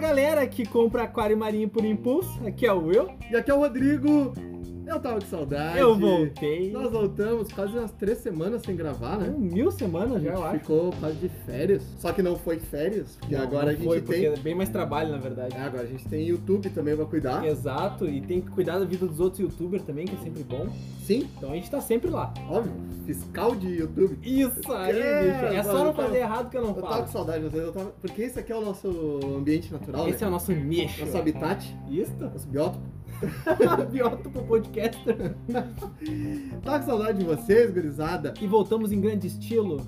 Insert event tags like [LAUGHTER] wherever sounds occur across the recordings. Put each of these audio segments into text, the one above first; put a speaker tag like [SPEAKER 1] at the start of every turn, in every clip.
[SPEAKER 1] galera que compra Aquário Marinho por impulso. Aqui é o Will.
[SPEAKER 2] E aqui é o Rodrigo. Eu tava com saudade.
[SPEAKER 1] Eu voltei.
[SPEAKER 2] Nós voltamos quase umas três semanas sem gravar,
[SPEAKER 1] Há
[SPEAKER 2] né?
[SPEAKER 1] Mil semanas já, eu
[SPEAKER 2] a gente
[SPEAKER 1] acho.
[SPEAKER 2] ficou quase de férias. Só que não foi férias, porque
[SPEAKER 1] Não,
[SPEAKER 2] agora
[SPEAKER 1] não
[SPEAKER 2] a gente
[SPEAKER 1] foi,
[SPEAKER 2] tem.
[SPEAKER 1] porque é bem mais trabalho, na verdade.
[SPEAKER 2] É, agora a gente tem YouTube também pra cuidar.
[SPEAKER 1] Exato, e tem que cuidar da vida dos outros youtubers também, que é sempre bom.
[SPEAKER 2] Sim,
[SPEAKER 1] Então a gente tá sempre lá.
[SPEAKER 2] óbvio. Fiscal de YouTube.
[SPEAKER 1] Isso aí,
[SPEAKER 2] É,
[SPEAKER 1] bicho. É só
[SPEAKER 2] mano,
[SPEAKER 1] não
[SPEAKER 2] eu tava-
[SPEAKER 1] fazer errado que eu não
[SPEAKER 2] Eu tava
[SPEAKER 1] falo.
[SPEAKER 2] com saudade, mas eu tava. Porque esse aqui é o nosso ambiente natural,
[SPEAKER 1] Esse é
[SPEAKER 2] né?
[SPEAKER 1] o nosso nicho.
[SPEAKER 2] Nosso habitat,
[SPEAKER 1] [LAUGHS] Isto?
[SPEAKER 2] nosso biótopo.
[SPEAKER 1] Biótopo podcaster.
[SPEAKER 2] Tava com saudade de vocês, gurizada.
[SPEAKER 1] E voltamos em grande estilo.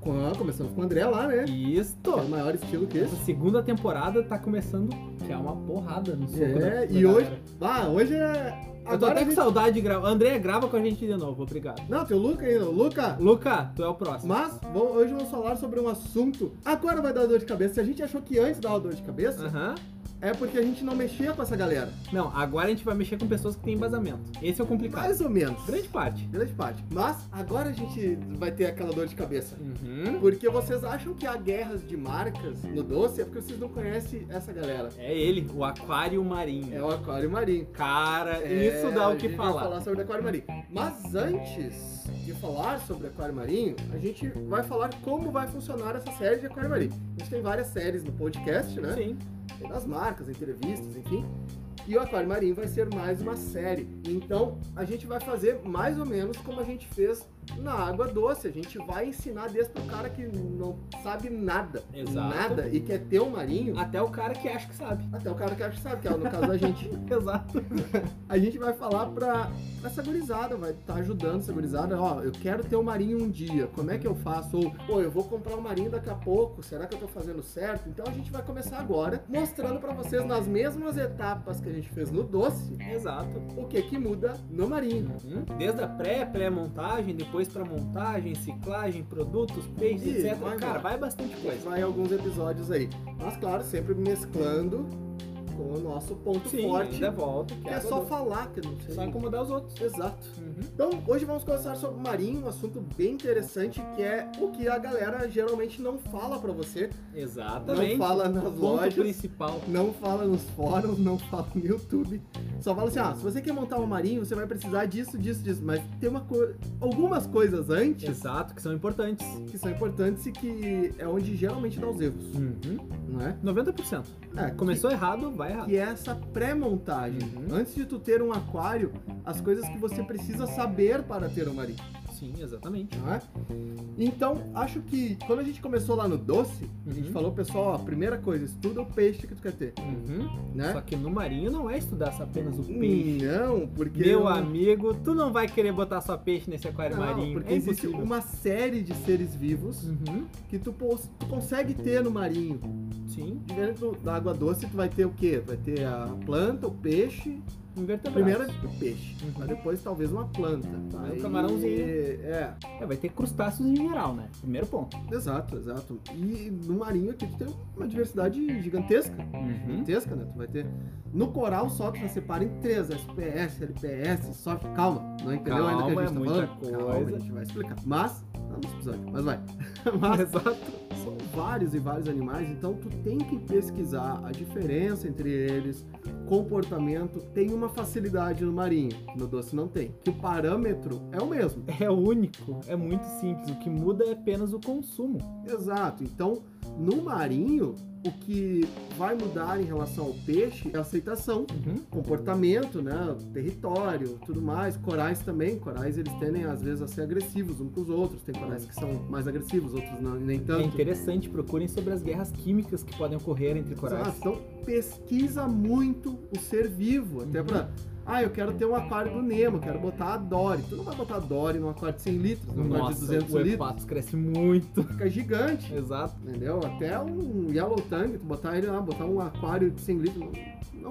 [SPEAKER 2] Com- ah, Começamos com o André lá, né?
[SPEAKER 1] Isto.
[SPEAKER 2] Que É o maior estilo que
[SPEAKER 1] Essa
[SPEAKER 2] esse.
[SPEAKER 1] segunda temporada tá começando, que é uma porrada no soco
[SPEAKER 2] É,
[SPEAKER 1] da, da
[SPEAKER 2] e hoje-
[SPEAKER 1] galera.
[SPEAKER 2] Ah, hoje é.
[SPEAKER 1] Eu tô
[SPEAKER 2] Agora
[SPEAKER 1] até
[SPEAKER 2] a
[SPEAKER 1] com
[SPEAKER 2] gente...
[SPEAKER 1] saudade de gravar. André, grava com a gente de novo, obrigado.
[SPEAKER 2] Não, tem o Luca ainda. Luca,
[SPEAKER 1] Luca, tu é o próximo.
[SPEAKER 2] Mas bom, hoje vamos falar sobre um assunto. Agora vai dar dor de cabeça. Se a gente achou que antes dava dor de cabeça,
[SPEAKER 1] Aham.
[SPEAKER 2] é porque a gente não mexia com essa galera.
[SPEAKER 1] Não, agora a gente vai mexer com pessoas que têm embasamento. Esse é o complicado.
[SPEAKER 2] Mais ou menos.
[SPEAKER 1] Grande parte.
[SPEAKER 2] Grande parte. Mas agora a gente vai ter aquela dor de cabeça.
[SPEAKER 1] Uhum.
[SPEAKER 2] Porque vocês acham que há guerras de marcas no doce é porque vocês não conhecem essa galera.
[SPEAKER 1] É ele, o aquário marinho.
[SPEAKER 2] É o Aquário Marinho.
[SPEAKER 1] Cara,
[SPEAKER 2] É,
[SPEAKER 1] [LAUGHS] isso dá o que
[SPEAKER 2] A gente vai
[SPEAKER 1] falar.
[SPEAKER 2] falar sobre o Aquário Marinho. Mas antes de falar sobre o Aquário Marinho, a gente vai falar como vai funcionar essa série de Aquário Marinho. A gente tem várias séries no podcast, né?
[SPEAKER 1] Sim.
[SPEAKER 2] das marcas, entrevistas, enfim. E o Aquário Marinho vai ser mais uma série. Então a gente vai fazer mais ou menos como a gente fez na Água Doce. A gente vai ensinar desde o cara que não sabe nada,
[SPEAKER 1] Exato.
[SPEAKER 2] nada e quer ter um marinho,
[SPEAKER 1] Até o cara que acha que sabe. [LAUGHS]
[SPEAKER 2] até o cara que acha que sabe, que é no caso da gente.
[SPEAKER 1] Exato.
[SPEAKER 2] A gente vai falar pra, pra essa gurizada, vai estar ajudando essa gurizada. Ó, eu quero ter um marinho um dia, como é que eu faço? Ou, pô, eu vou comprar um marinho daqui a pouco, será que eu tô fazendo certo? Então a gente vai começar agora, mostrando pra vocês nas mesmas etapas que a gente fez no doce,
[SPEAKER 1] Exato.
[SPEAKER 2] o que que muda no marinho.
[SPEAKER 1] Uhum. Desde a pré, pré-montagem, depois pra montagem, ciclagem, produtos, peixes,
[SPEAKER 2] Ih,
[SPEAKER 1] etc.
[SPEAKER 2] vai
[SPEAKER 1] Cara,
[SPEAKER 2] embora.
[SPEAKER 1] vai bastante coisa.
[SPEAKER 2] Vai alguns episódios aí. Mas claro, sempre mesclando com o nosso ponto
[SPEAKER 1] Sim, né?
[SPEAKER 2] forte,
[SPEAKER 1] ainda volta.
[SPEAKER 2] que é só falar, que não sei.
[SPEAKER 1] só incomodar os outros.
[SPEAKER 2] Exato.
[SPEAKER 1] Uhum.
[SPEAKER 2] Então, hoje vamos conversar sobre o marinho, um assunto bem interessante que é o que a galera geralmente não fala pra você,
[SPEAKER 1] Exatamente.
[SPEAKER 2] não fala nas
[SPEAKER 1] Ponto
[SPEAKER 2] lojas,
[SPEAKER 1] principal.
[SPEAKER 2] não fala nos fóruns, não fala no YouTube. Só fala assim: "Ah, se você quer montar um marinho, você vai precisar disso, disso, disso", mas tem uma co- algumas coisas antes
[SPEAKER 1] Exato, que são importantes.
[SPEAKER 2] que são importantes e que é onde geralmente dá os erros,
[SPEAKER 1] Uhum.
[SPEAKER 2] não é?
[SPEAKER 1] 90%.
[SPEAKER 2] É,
[SPEAKER 1] Começou errado, vai errado.
[SPEAKER 2] que é essa pré-montagem.
[SPEAKER 1] Uhum.
[SPEAKER 2] Antes de tu ter um aquário, as coisas que você precisa saber para ter um marinho.
[SPEAKER 1] Sim, exatamente.
[SPEAKER 2] não é? Então, acho que quando a gente começou lá no doce, a gente
[SPEAKER 1] Uhum.
[SPEAKER 2] falou, pessoal, ó, primeira coisa, estuda o peixe que tu quer ter,
[SPEAKER 1] Uhum.
[SPEAKER 2] né? Hum,
[SPEAKER 1] Só que no marinho não é estudar só apenas o peixe.
[SPEAKER 2] Não, porque...
[SPEAKER 1] Meu amigo, tu não vai querer botar só peixe nesse aquário
[SPEAKER 2] Não,
[SPEAKER 1] marinho.
[SPEAKER 2] porque
[SPEAKER 1] é
[SPEAKER 2] existe um-
[SPEAKER 1] impossível.
[SPEAKER 2] uma série de seres vivos
[SPEAKER 1] Uhum.
[SPEAKER 2] que tu, pos- tu consegue ter no marinho.
[SPEAKER 1] Sim,
[SPEAKER 2] Diferente do- da água doce, tu vai ter o quê? Vai ter a planta, o peixe.
[SPEAKER 1] invertebrados.
[SPEAKER 2] Primeiro o peixe,
[SPEAKER 1] Uhum.
[SPEAKER 2] mas depois talvez uma planta.
[SPEAKER 1] Aí o
[SPEAKER 2] Aí-
[SPEAKER 1] camarãozinho.
[SPEAKER 2] É,
[SPEAKER 1] É, vai ter crustáceos em geral, né? Primeiro ponto.
[SPEAKER 2] exato, exato. E no marinho aqui tu tem uma diversidade gigantesca.
[SPEAKER 1] Uhum.
[SPEAKER 2] gigantesca, né? Tu vai ter. No coral só tu já separa em três, SPS, LPS, soft. Calma, não entendeu ainda o que
[SPEAKER 1] Calma,
[SPEAKER 2] a gente
[SPEAKER 1] é
[SPEAKER 2] tá
[SPEAKER 1] muita
[SPEAKER 2] falando?
[SPEAKER 1] coisa.
[SPEAKER 2] Calma, a gente vai explicar. Mas, tá nesse episódio, mas vai. [LAUGHS] Mas
[SPEAKER 1] [LAUGHS] Exato.
[SPEAKER 2] são vários e vários animais, então tu tem que pesquisar a diferença entre eles, comportamento. Tem uma facilidade no marinho, que no doce não tem, que o parâmetro é o mesmo.
[SPEAKER 1] É único, é muito simples. O que muda é apenas o consumo.
[SPEAKER 2] Exato. Então, no marinho, o que vai mudar em relação ao peixe é a aceitação.
[SPEAKER 1] Uhum.
[SPEAKER 2] comportamento, né, território, tudo mais, corais também, corais eles tendem às vezes a ser agressivos uns com os outros, tem corais que são mais agressivos, outros não, nem
[SPEAKER 1] É
[SPEAKER 2] tanto.
[SPEAKER 1] interessante, procurem sobre as guerras químicas que podem ocorrer entre corais.
[SPEAKER 2] Exato. Então pesquisa muito o ser vivo, até
[SPEAKER 1] Uhum.
[SPEAKER 2] pra, ah, eu quero ter um aquário do Nemo, quero botar a Dory, tu não vai botar a Dory num aquário de 100 litros, num aquário de
[SPEAKER 1] Nossa,
[SPEAKER 2] 200
[SPEAKER 1] o
[SPEAKER 2] litros,
[SPEAKER 1] Epatos cresce
[SPEAKER 2] [LAUGHS]
[SPEAKER 1] muito.
[SPEAKER 2] fica gigante,
[SPEAKER 1] Exato.
[SPEAKER 2] entendeu? Até um Yellow Tang, tu botar ele lá, botar um aquário de 100 litros, não,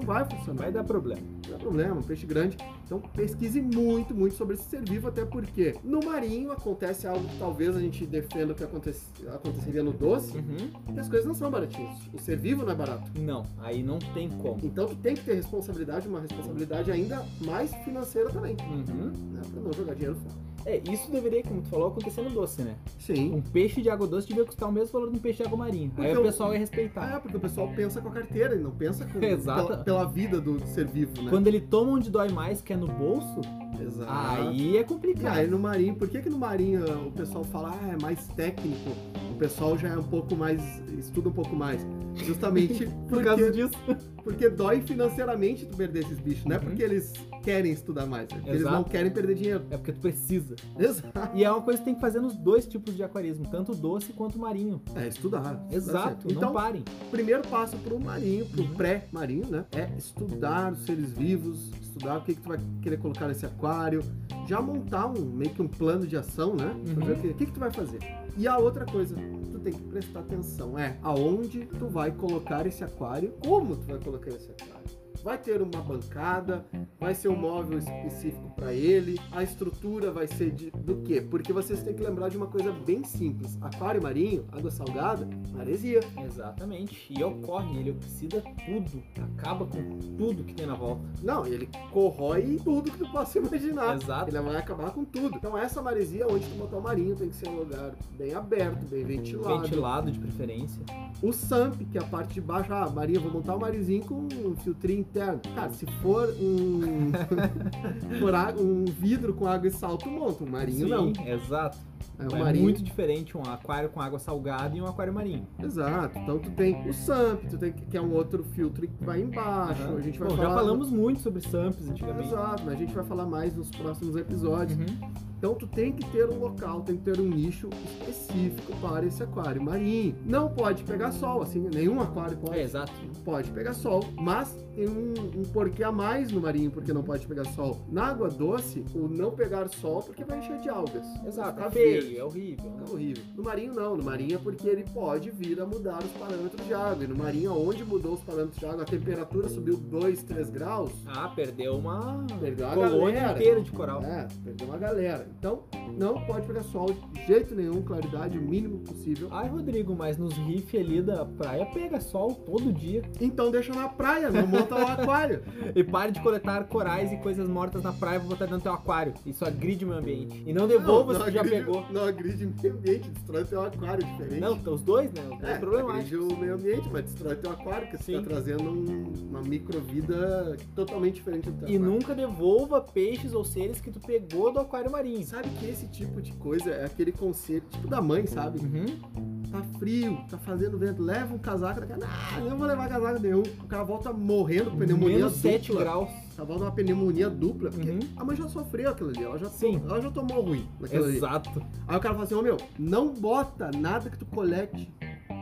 [SPEAKER 2] não vai funcionar.
[SPEAKER 1] Vai dar problema.
[SPEAKER 2] Não é problema, um peixe grande. Então pesquise muito, muito sobre esse ser vivo, até porque no marinho acontece algo que talvez a gente defenda que aconte- aconteceria no doce,
[SPEAKER 1] Uhum.
[SPEAKER 2] que as coisas não são baratinhas. O ser vivo não é barato.
[SPEAKER 1] Não, aí não tem como.
[SPEAKER 2] Então tu tem que ter responsabilidade, uma responsabilidade ainda mais financeira também,
[SPEAKER 1] Uhum.
[SPEAKER 2] né? Pra não jogar dinheiro fora.
[SPEAKER 1] É, isso deveria, como tu falou, acontecer no doce, né?
[SPEAKER 2] Sim.
[SPEAKER 1] Um peixe de água doce devia custar o mesmo valor de um peixe de água marinha. Aí
[SPEAKER 2] Porque
[SPEAKER 1] o
[SPEAKER 2] o-
[SPEAKER 1] pessoal ia
[SPEAKER 2] É,
[SPEAKER 1] respeitar.
[SPEAKER 2] porque o pessoal pensa com a carteira e não pensa com,
[SPEAKER 1] [LAUGHS] Exato.
[SPEAKER 2] Pela, pela vida do ser vivo, né?
[SPEAKER 1] Quando ele toma onde dói mais, que é no bolso,
[SPEAKER 2] Exato.
[SPEAKER 1] aí é
[SPEAKER 2] Ah, E
[SPEAKER 1] complicado.
[SPEAKER 2] aí no Marinho, por que que no Marinho ah, o pessoal fala, ah, é mais técnico, o pessoal já é um pouco mais, estuda um pouco mais?
[SPEAKER 1] [LAUGHS]
[SPEAKER 2] Justamente
[SPEAKER 1] Por causa
[SPEAKER 2] porque,
[SPEAKER 1] disso.
[SPEAKER 2] porque dói financeiramente tu perder esses bichos, não é
[SPEAKER 1] Uhum.
[SPEAKER 2] porque eles querem estudar mais, é porque eles
[SPEAKER 1] Exato.
[SPEAKER 2] não querem perder dinheiro. [LAUGHS]
[SPEAKER 1] É porque tu precisa.
[SPEAKER 2] Exato.
[SPEAKER 1] E é uma coisa que tem que fazer nos dois tipos de aquarismo, tanto doce quanto marinho.
[SPEAKER 2] É estudar. tá
[SPEAKER 1] Exato,
[SPEAKER 2] certo.
[SPEAKER 1] não
[SPEAKER 2] Então,
[SPEAKER 1] parem.
[SPEAKER 2] o primeiro passo pro marinho, pro
[SPEAKER 1] Uhum.
[SPEAKER 2] pré-marinho, né? É estudar os seres vivos, estudar o que, que tu vai querer colocar nesse aquário, já montar um meio que um plano de ação, né? Pra ver o que, o que, que tu vai fazer. E a outra coisa, tu tem que prestar atenção, é aonde tu vai colocar esse aquário, como tu vai colocar esse aquário. Vai ter uma bancada, vai ser um móvel específico para ele, a estrutura vai ser de, do quê? Porque vocês têm que lembrar de uma coisa bem simples: aquário marinho, água salgada, maresia.
[SPEAKER 1] Exatamente. E ocorre, ele oxida tudo, acaba com tudo que tem na volta.
[SPEAKER 2] Não, ele corrói tudo que tu possa imaginar.
[SPEAKER 1] Exato.
[SPEAKER 2] Tá. Ele é vai acabar com tudo. Então essa maresia onde tu botar o marinho tem que ser um lugar bem aberto, bem ventilado.
[SPEAKER 1] Ventilado de preferência.
[SPEAKER 2] O SAMP, que é a parte de baixo, ah, Maria, vou montar um marizinho com um filtrinho interno. Cara, se for um
[SPEAKER 1] [LAUGHS]
[SPEAKER 2] for a- um vidro com água e sal, tu monta. Um marinho
[SPEAKER 1] Sim,
[SPEAKER 2] não.
[SPEAKER 1] Exato.
[SPEAKER 2] É um
[SPEAKER 1] É
[SPEAKER 2] marinho.
[SPEAKER 1] muito diferente um aquário com água salgada e um aquário marinho.
[SPEAKER 2] Exato. Então tu tem o SAMP, tu tem que, que é um outro filtro que vai embaixo.
[SPEAKER 1] Aham.
[SPEAKER 2] A gente vai
[SPEAKER 1] Bom,
[SPEAKER 2] falar.
[SPEAKER 1] já falamos muito sobre Samps antigamente.
[SPEAKER 2] Exato, mas a gente vai falar mais nos próximos episódios.
[SPEAKER 1] Uhum.
[SPEAKER 2] Então tu tem que ter um local, tem que ter um nicho específico para esse aquário marinho. Não pode pegar sol, assim, nenhum aquário pode.
[SPEAKER 1] É, exato.
[SPEAKER 2] pode pegar sol, mas tem um, um porquê a mais no marinho, porque não pode pegar sol. Na água doce, o não pegar sol porque vai encher de algas.
[SPEAKER 1] Exato.
[SPEAKER 2] Vai
[SPEAKER 1] É
[SPEAKER 2] ficar
[SPEAKER 1] feio,
[SPEAKER 2] verde,
[SPEAKER 1] é horrível. né?
[SPEAKER 2] fica horrível. No marinho não, no marinho é porque ele pode vir a mudar os parâmetros de água. E no marinho, onde mudou os parâmetros de água, a temperatura subiu 2, 3 graus,
[SPEAKER 1] Ah, perdeu uma
[SPEAKER 2] Perdeu a
[SPEAKER 1] colônia
[SPEAKER 2] galera.
[SPEAKER 1] inteira de coral.
[SPEAKER 2] é, perdeu uma galera. Então, não pode pegar sol de jeito nenhum, claridade o mínimo possível.
[SPEAKER 1] Ai, Rodrigo, mas nos riffs ali da praia pega sol todo dia.
[SPEAKER 2] Então deixa na praia, não monta um aquário.
[SPEAKER 1] E pare de coletar corais e coisas mortas na praia e botar dentro do teu aquário. Isso agride o meio ambiente. E não [LAUGHS] devolva se
[SPEAKER 2] Não, não
[SPEAKER 1] tu já
[SPEAKER 2] agride-
[SPEAKER 1] pegou.
[SPEAKER 2] Não agride o meio ambiente, destrói teu aquário diferente.
[SPEAKER 1] Não, então os dois, né? Os dois
[SPEAKER 2] É,
[SPEAKER 1] problemáticos.
[SPEAKER 2] agride o meio ambiente, mas destrói teu aquário, que você
[SPEAKER 1] Sim.
[SPEAKER 2] tá trazendo um- uma microvida totalmente diferente do teu
[SPEAKER 1] E
[SPEAKER 2] aquário.
[SPEAKER 1] nunca devolva peixes ou seres que tu pegou do aquário marinho.
[SPEAKER 2] Sabe que esse tipo de coisa é aquele conceito, tipo da mãe, sabe?
[SPEAKER 1] Uhum.
[SPEAKER 2] Tá frio, tá fazendo vento, leva um casaco, daqui a ah, não vou levar casaco nenhum. O cara volta morrendo com pneumonia
[SPEAKER 1] Menos
[SPEAKER 2] dupla.
[SPEAKER 1] 7 graus.
[SPEAKER 2] O cara volta uma pneumonia dupla, porque
[SPEAKER 1] Uhum.
[SPEAKER 2] a mãe já sofreu aquilo ali, ela já,
[SPEAKER 1] Sim.
[SPEAKER 2] ela já tomou ruim naquilo ali.
[SPEAKER 1] Exato.
[SPEAKER 2] Aí o cara fala assim, ô meu, não bota nada que tu colete,